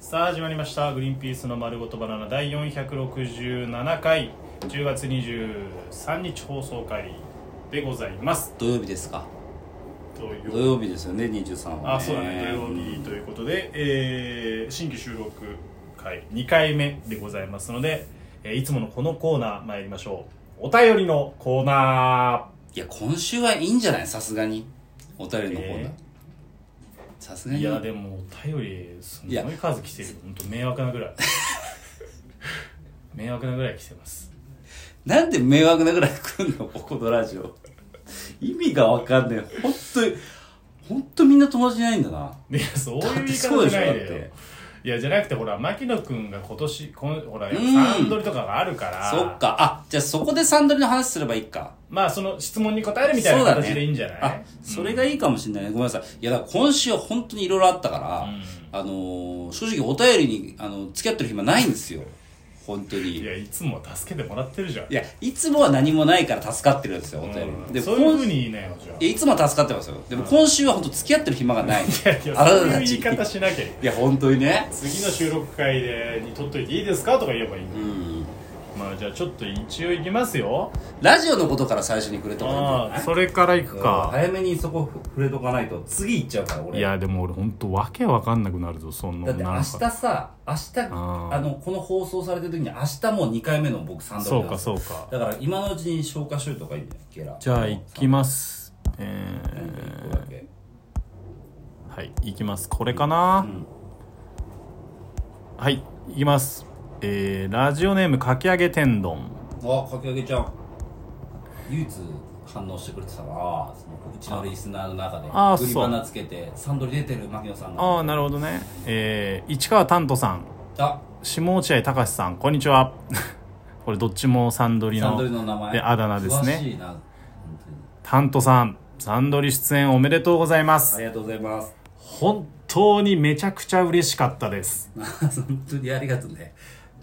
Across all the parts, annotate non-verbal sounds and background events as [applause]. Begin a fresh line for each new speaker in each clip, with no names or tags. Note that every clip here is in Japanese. さあ始まりました「グリーンピースの丸ごとバナナ」第467回10月23日放送回でございます
土曜日ですか
という
土曜日ですよね23は、ね、
あそうだね土曜日ということで、えー新規収録回2回目でございますので、えーいつものこのコーナー参りましょうお便りのコーナ
いや今週はいいんじゃないさすがにお便りのコーナー
え
さすが
ー
に
いやでもお便りすんごい数来てる本当迷惑なぐらい迷惑なぐらい来てます
なんで迷惑なぐらい来んのここのラジオ [laughs] 意味がわかんない本当に本当みんな友達いないんだない
やそう
だ
いう
っ
言
て
い
そう
方
で
じ
し
ゃ
ょ
ない
だっ
でよ
て
いやじゃなくてほら牧野君が今年このほら
ん
サンドリとかがあるから
そっかあじゃあそこでサンドリの話すればいいか
まあその質問に答えるみたい
そ
な
うだね
形でいいんじゃない
あそれがいいかもしれないねごめんなさいいやだから今週は本当にいろいろあったから、あのー正直お便りにあの付き合ってる暇ないんですよ本当に
いやいつも助けてもらってるじゃん
いや、いつもは何もないから助かってるんですよ、お便り。で、
そういう
今
ふう
週、
に言いなよじゃあ
いやいつもは助かってますよ。でも今週は本当付き合ってる暇がな
[laughs]
い。
いや
あ
そういう
なたた
言
ち。
い
い
方しなきゃいい
や、本当にね。
次の収録会でに撮っといていいですかとか言えばいいの、
うん。
まあじゃあちょっと一応いきますよ
ラジオのことから最初に触れとかない
ああそれからいく
と早めにそこ触れとかないと、次行っちゃうから、俺。
でも俺本当わけわかんなくなるぞそん
だって明日さ、明日、
あ
あ
ー
の、この放送されてる時に明日もう2回目の僕3度目なんですよ
うか
だから今のうちに消化しといた方がいいんだよ、ゲラ。
じゃあ行きます。え
一個だけ
ー、はい行きます。これかな。はい行きます。えー、ラジオネームかき揚げ天丼。
あかき揚げちゃん唯一反応してくれてたなそのうちのリスナーの中で
ああ
売り花つけてサンドリ出てる牧野さんが
ああなるほどね。えー、市川丹斗さん、
あ
下落合隆さんこんにちは。 [laughs] これどっちもサンドリ
サン
の
ドリの名前
であだ名ですね
詳しいな本当に
丹斗さん。サンドリ出演おめでとうございま
あ
す。
りがとうございます
本当にめちゃくちゃ嬉しかったです。
あ [laughs] 本当にありがとうね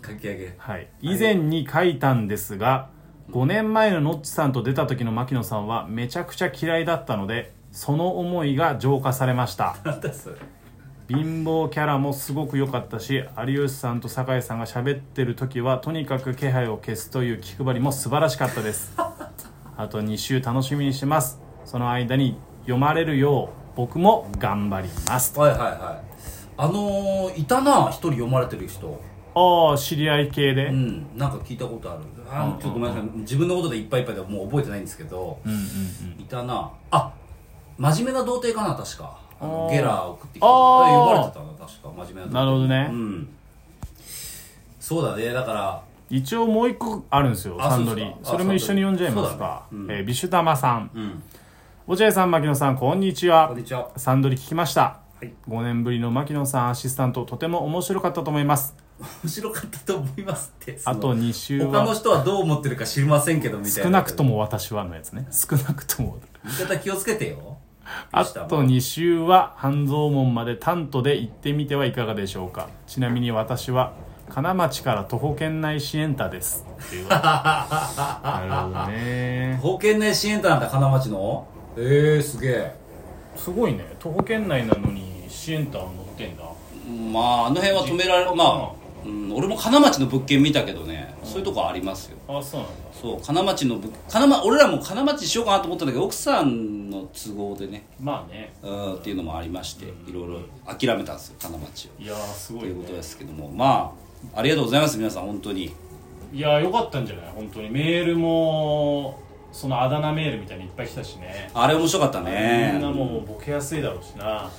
かき揚げ
はい、以前に書いたんですが5年前のノッチさんと出た時の牧野さんはめちゃくちゃ嫌いだったのでその思いが浄化されました
なんだそれ
貧乏キャラもすごく良かったし有吉さんと酒井さんが喋ってる時はとにかく気配を消すという気配りも素晴らしかったですあと2週楽しみにしてますその間に読まれるよう僕も頑張ります
はいはいはいあのー、いたな一人読まれてる人
ああ知り合い系で、
うんなんか聞いたことあるあーちょっとごめんなさい自分のことでいっぱいいっぱいでもう覚えてないんですけど
うんうんうん、
いたなあ真面目な童貞かな確かあの
あー
ゲラ送ってきてあれ
あー
呼ばれてたな確か真面目な
なるほどね、
うんそうだねだから
一応もう一個あるんですよ
あ
サンドリ
そう
ー
です
そ
か
れも一緒に読んじゃいますか、えービシュタマさん
うん
落合さん牧野さんこんにちは
こんにちは
サンドリー聞きました、
はい
5年ぶりの牧野さんアシスタントとても面白かったと思います
面白かったと思いますってそ
あ
の
と2週
他の
は
人はどう思ってるか知りませんけどみたいな
少なくとも私はのやつね少なくとも
言い方気をつけてよ
あと2週は半蔵門まで担当で行ってみてはいかがでしょうかちなみに私は金町から徒歩圏内支援タですって
[laughs]
いうなるほどね
保険内支援団だ金町のええすげえ
すごいね徒歩圏内なのに支援ター乗ってんだ
まああの辺は止められるまあ、うん、俺も金町の物件見たけどねそういうとこありますよ
あそうなんだ
そう金町のぶ金、ま、俺らも金町にしようかなと思ったんだけど奥さんの都合でね
まあね
うんっていうのもありましていろいろ諦めたんですよ金町を
いやーすご
と
い、
いう
ね
こと、ですけどもまあありがとうございます皆さん本当に
いやーよかったんじゃない本当にメールもそのあだ名メールみたいにいっぱい来たしね
あれ面白かった
みんな
ね
もうボケやすいだろうしな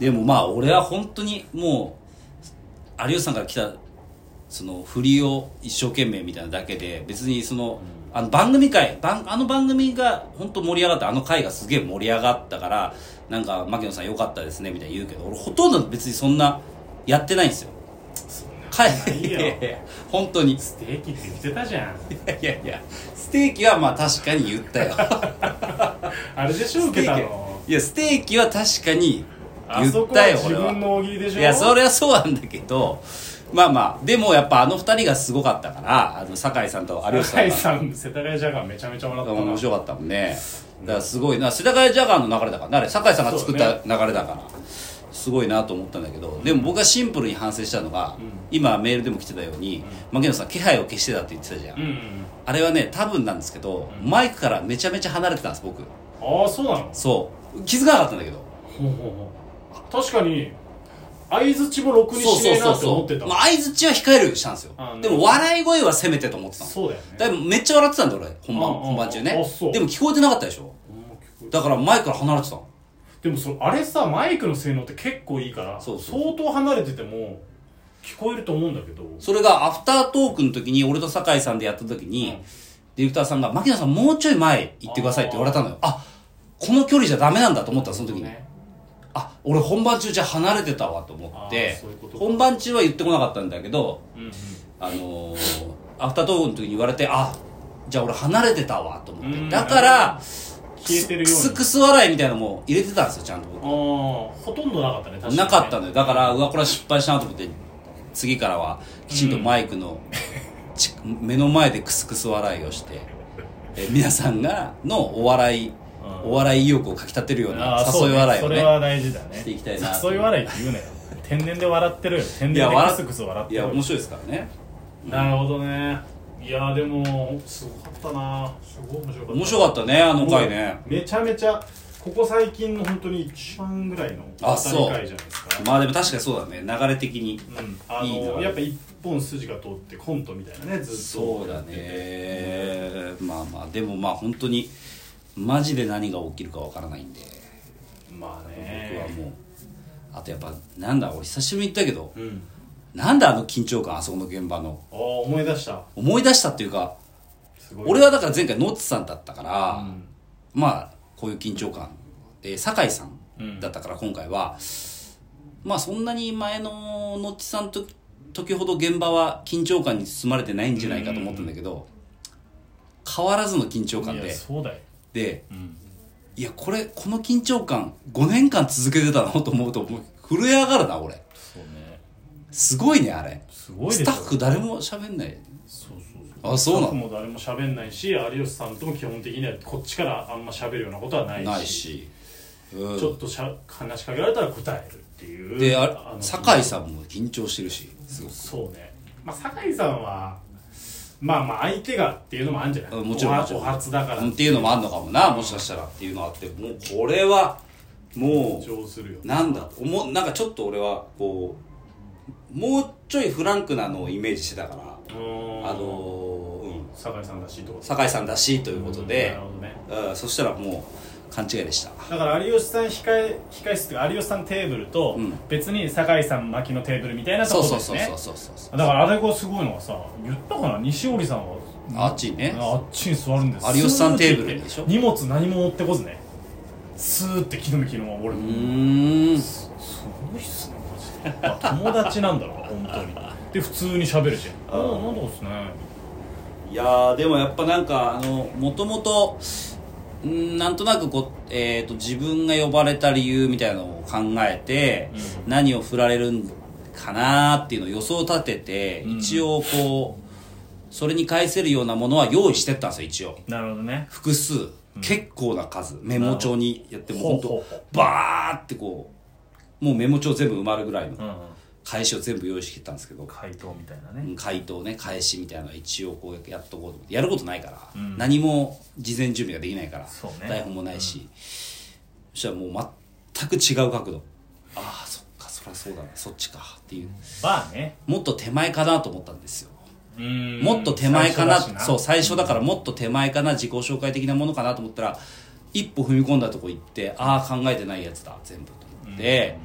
でもまあ俺は本当にもう有吉さんから来たその振りを一生懸命みたいなだけで別にその,、あの番組会番あの番組が本当盛り上がったあの回がすげえ盛り上がったからなんか牧野さん良かったですねみたいに言うけど俺ほとんど別にそんなやってないんですよ会
いいよ
[laughs] 本当にい
ステーキって言ってたじゃん
[laughs] やいやいやステーキはまあ確かに言っ
[laughs]
たよ
あれでしょ受けたの
いやステーキは確かに
あ
言
そ
っ
こは
たよ
自
俺は
分の大喜利でしょ
いやそれはそうなんだけどまあまあでもやっぱあの二人がすごかったからあの酒井さんと有吉さ
高
ん
井
が
さん世田谷ジャガーめちゃめちゃ笑ったな
面白かったもんねだからすごいな世田谷ジャガーの流れだからねあれ酒井さんが作った
そう
流れだからすごいなと思ったんだけどでも僕がシンプルに反省したのが、
うん
今メールでも来てたように槙野、さん気配を消してたって言ってたじゃん、
うんうん
あれはね多分なんですけど、マイクからめちゃめちゃ離れてたんです僕
うんああそうなの
そう気づかなかったんだけど
ほうほうほう確かに相づちもろくにしねえなって思ってた
まあ相づちは控えるようにしたんですよ
あー
でも笑い声はせめてと思ってたの
そうだよね
だいぶめっちゃ笑ってたんだよ俺本番
あー
本番中
あー
ね
あそう
でも聞こえてなかったでしょ
うん聞こえた
だからマイクから離れてたの
でもそれあれさマイクの性能って結構いいから
そうそう
相当離れてても聞こえると思うんだけど
それがアフタートークの時に俺と酒井さんでやった時に、
うん
ディレクターさんが「牧野さんもうちょい前行ってください」って言われたのよあこの距離じゃダメなんだと思ったその時に、
ね
あ俺本番中じゃ離れてたわと思っ
あ
て
ーそういうことか
本番中は言ってこなかったんだけど
うんうん
あのーアフタートークの時に言われてあじゃあ俺離れてたわと思っ
う
て
ん
だから
消えてるように
クスクス笑いみたいなのも入れてたんですよちゃんと
ああほとんどなかったね確かにね
なかったのよだからうわこれは失敗したなと思って次からはきちんとマイクの、ち目の前でクスクス笑いをしてえ皆さんがのお笑い、
うん
お笑い意欲をかきたてるような
あー
誘い笑い
そう
を
ね
ね
それは大事だね
していきたいな
誘い笑いって言うなよ天然で笑ってるよ天然
いや
で
笑
ク
っ
スクス笑っ
い
てる
や
よ
面白いですからね
なるほどねいやでもすごかったなすごい面白かった
面白かったねあの回ね
めちゃめちゃここ最近の本当に一番ぐらいの
あそ
当
う
たり回じゃないですか
まあでも確かにそうだね流れ的に
うんあの
いいな
やっぱ一本筋が通ってコントみたいなねずっと
そうだねまあまあでもまあ本当にマジで何が起きるかわからないんで
まあ
僕は
ね
もうあとやっぱなんだ俺久しぶりに言ったけど
うん
なんだあの緊張感あそこの現場の
ああ思い出した
思い出したっていうか
すごい
俺はだから前回ノッツさんだったか
う
ら、
ん
まあこういう緊張感で酒井さんだったから今回は、まあそんなに前のノッチさんと時ほど現場は緊張感に包まれてないんじゃないかと思ったんだけど、変わらずの緊張感
いや
で
そうだよ
で
うん
いやこれこの緊張感5年間続けてたのと思うともう震え上がるな俺
そうね
すごいねあれ
すごいで
ス
しょ
タッフ誰も喋んない
そうそうそう
あそうなの
僕も誰も喋んないし有吉さんとも基本的にはこっちからあんま喋るようなことはないし
ないし、うん
ちょっとしゃ話しかけられたら答えるっていう
で
あ
あ
の
酒井さんも緊張してるしすごく
そうね、まあ、酒井さんはまあまあ相手がっていうのもあるんじゃない
うんもちろん
おは
もちろん
お初だから
うんっていうのもあんのかもなもしかしたらっていうのがあってもうこれはも
緊張するよ
うなんだ思うなんかちょっと俺はこうもうちょいフランクなのをイメージしてたから
うーん
あのーうん
酒井さんらしいってこと
酒井さんだしということ
うん
で
なる、ほどね
うんそしたらもう勘違いでした
だから有吉さん控え控え室っていうか有吉さんテーブルと、
うん
別に酒井さん巻きのテーブルみたいなと
そう
ころ
そう
です
そう
ね
そうそうそう
だからあれがすごいのはさ言ったかな西織さんは
あっちにね
あっちに座るんです
有吉さんテーブルにでし
スー
ょ
ッて荷物何も持ってこずねスーって昨日の昨日は俺
う
も
ーん
すごいっすねマジで、まあ友達なんだろうな本当にで普通に喋るしああなんだこっすね
いやーでもやっぱなんかあのもともとんなんとなくこう、えー、と自分が呼ばれた理由みたいなのを考えて、何を振られるんかなーっていうのを予想立てて、
うん
一応こうそれに返せるようなものは用意してったんですよ一応
なるほどね
複数、結構な数メモ帳にやっても
ほう
本当
ほうほう
バーってこうもうメモ帳全部埋まるぐらいの
うん
返しを全部用意してたんですけど
回答みたいなね
回答ね返しみたいなのは一応こうやっとこうと思ってやることないから、
うん
何も事前準備ができないから、
そうね
台本もないし、そしたらもう全く違う角度ああそっかそりゃそうだなそっちかっていう
まあね
もっと手前かなと思ったんですよ
うん
もっと手前かな,、
最初だし
そう最初だからもっと手前かな自己紹介的なものかなと思ったら一歩踏み込んだとこ行ってああ考えてないやつだ全部と思って、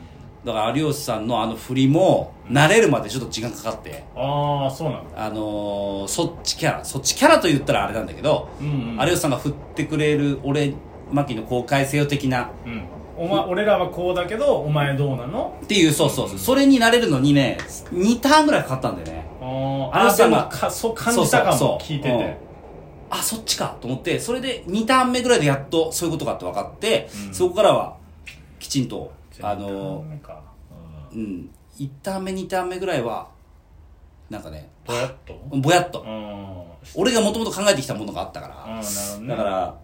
だから有吉さんのあの振りも慣れるまでちょっと時間かかって。
ああそうなんだ
あのーそっちキャラそっちキャラと言ったらあれなんだけど、
うんうん
有吉さんが振ってくれる俺牧の公開せよ的な
うんお前俺らはこうだけどお前どうなの
っていうそうそうそうそれになれるのにね2ターンぐらいかかったんだよね
あ
あ
あでも
まあ
かそう感じたか
そ
も
うそうそう
聞いて
うん
て
あそっちかと思ってそれで2ターン目ぐらいでやっとそういうことかって分かって、
うん
そこからはきちんとあの
ダメか
ーうん1ターン目2ターン目ぐらいはなんかね
ぼやっとうん
ぼやっと、
うん
俺がもともと考えてきたものがあったから、
なるほどね
だから、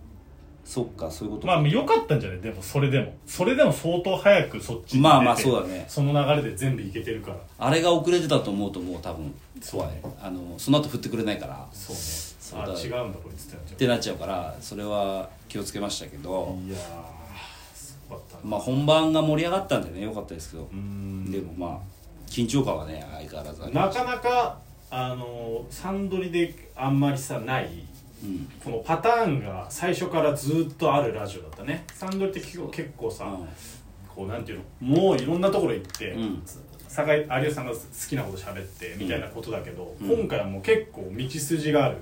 そっかそういうこと
まあ良かったんじゃないでもそれでもそれでも相当早くそっちに出て
まあまあそうだね
その流れで全部いけてるから
あれが遅れてたと思うともう多分
そうね
あのその後振ってくれないから
そうね
うだ
あ違うんだこいつってなっちゃ
ってなっちゃうからそれは気をつけましたけ
う
ど、
いやーすごかったね
まあ本番が盛り上がったんでね良かったですけど
うーん
でもまあ緊張感はね相変わらずあり
な
まし
かなかあのサンドリであんまりさない
たうん
このパターンが最初からずっとあるラジオだったねサンドリって結構結構さ、こうなんていうのもういろんなところ行って、
うん
酒井有吉さんが好きなこと喋ってみたいなことだけど、
うん
今回はもう結構道筋がある、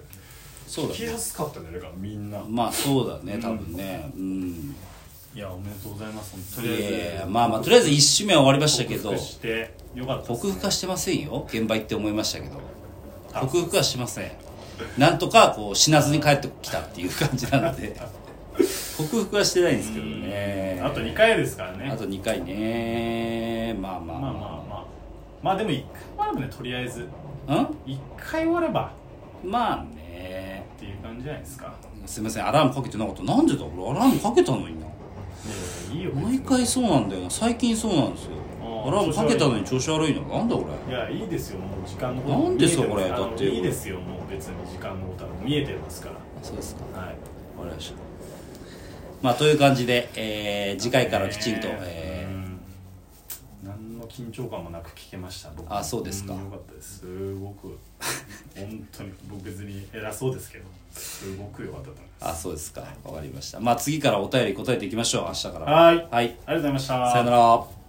そう
聞
だ
き
ね
やすかったんだよねだからみんな
まあそうだね多分ねうん
いやおめでとうございます
いやいやまあまあとりあえず1周目は終わりましたけど
克服してよかったっす
克服はしてませんよ現場行って思いましたけど
あ
克服はしてませんなんとかこう死なずに帰ってきたっていう感じな
[laughs]
ので克服はしてないんですけどね
あと2回ですからね
あと2回ねまあまあ
まあまあまあまあでも1回終わればねとりあえず
うん
1回終われば
まあね
っていう感じじゃないですか
すいませんアラームかけてなかったなんでだ俺アラームかけたのにない
やいいよ別に
毎回そうなんだよな最近そうなんですよ
あ
ア
ー
ラームかけたのに調子悪いのなんだ俺
いやいいですよもう時間のこと
なんですか
見えてます
これだって
あのいいですよもう別に時間のことは見えてますから
そうですか
はい
わかりましたまあという感じで、えー次回からきちんと、
ね
え
うん何の緊張感もなく聞けました僕
あそうですか
んよかったですすごく本当に僕別に偉そうですけどすごく良かったと思い
ー
ま
あ
す
そうですかわかりましたまあ次からお便り答えていきましょう明日から
はーい
は
あ
い
りがとうございました
さよなら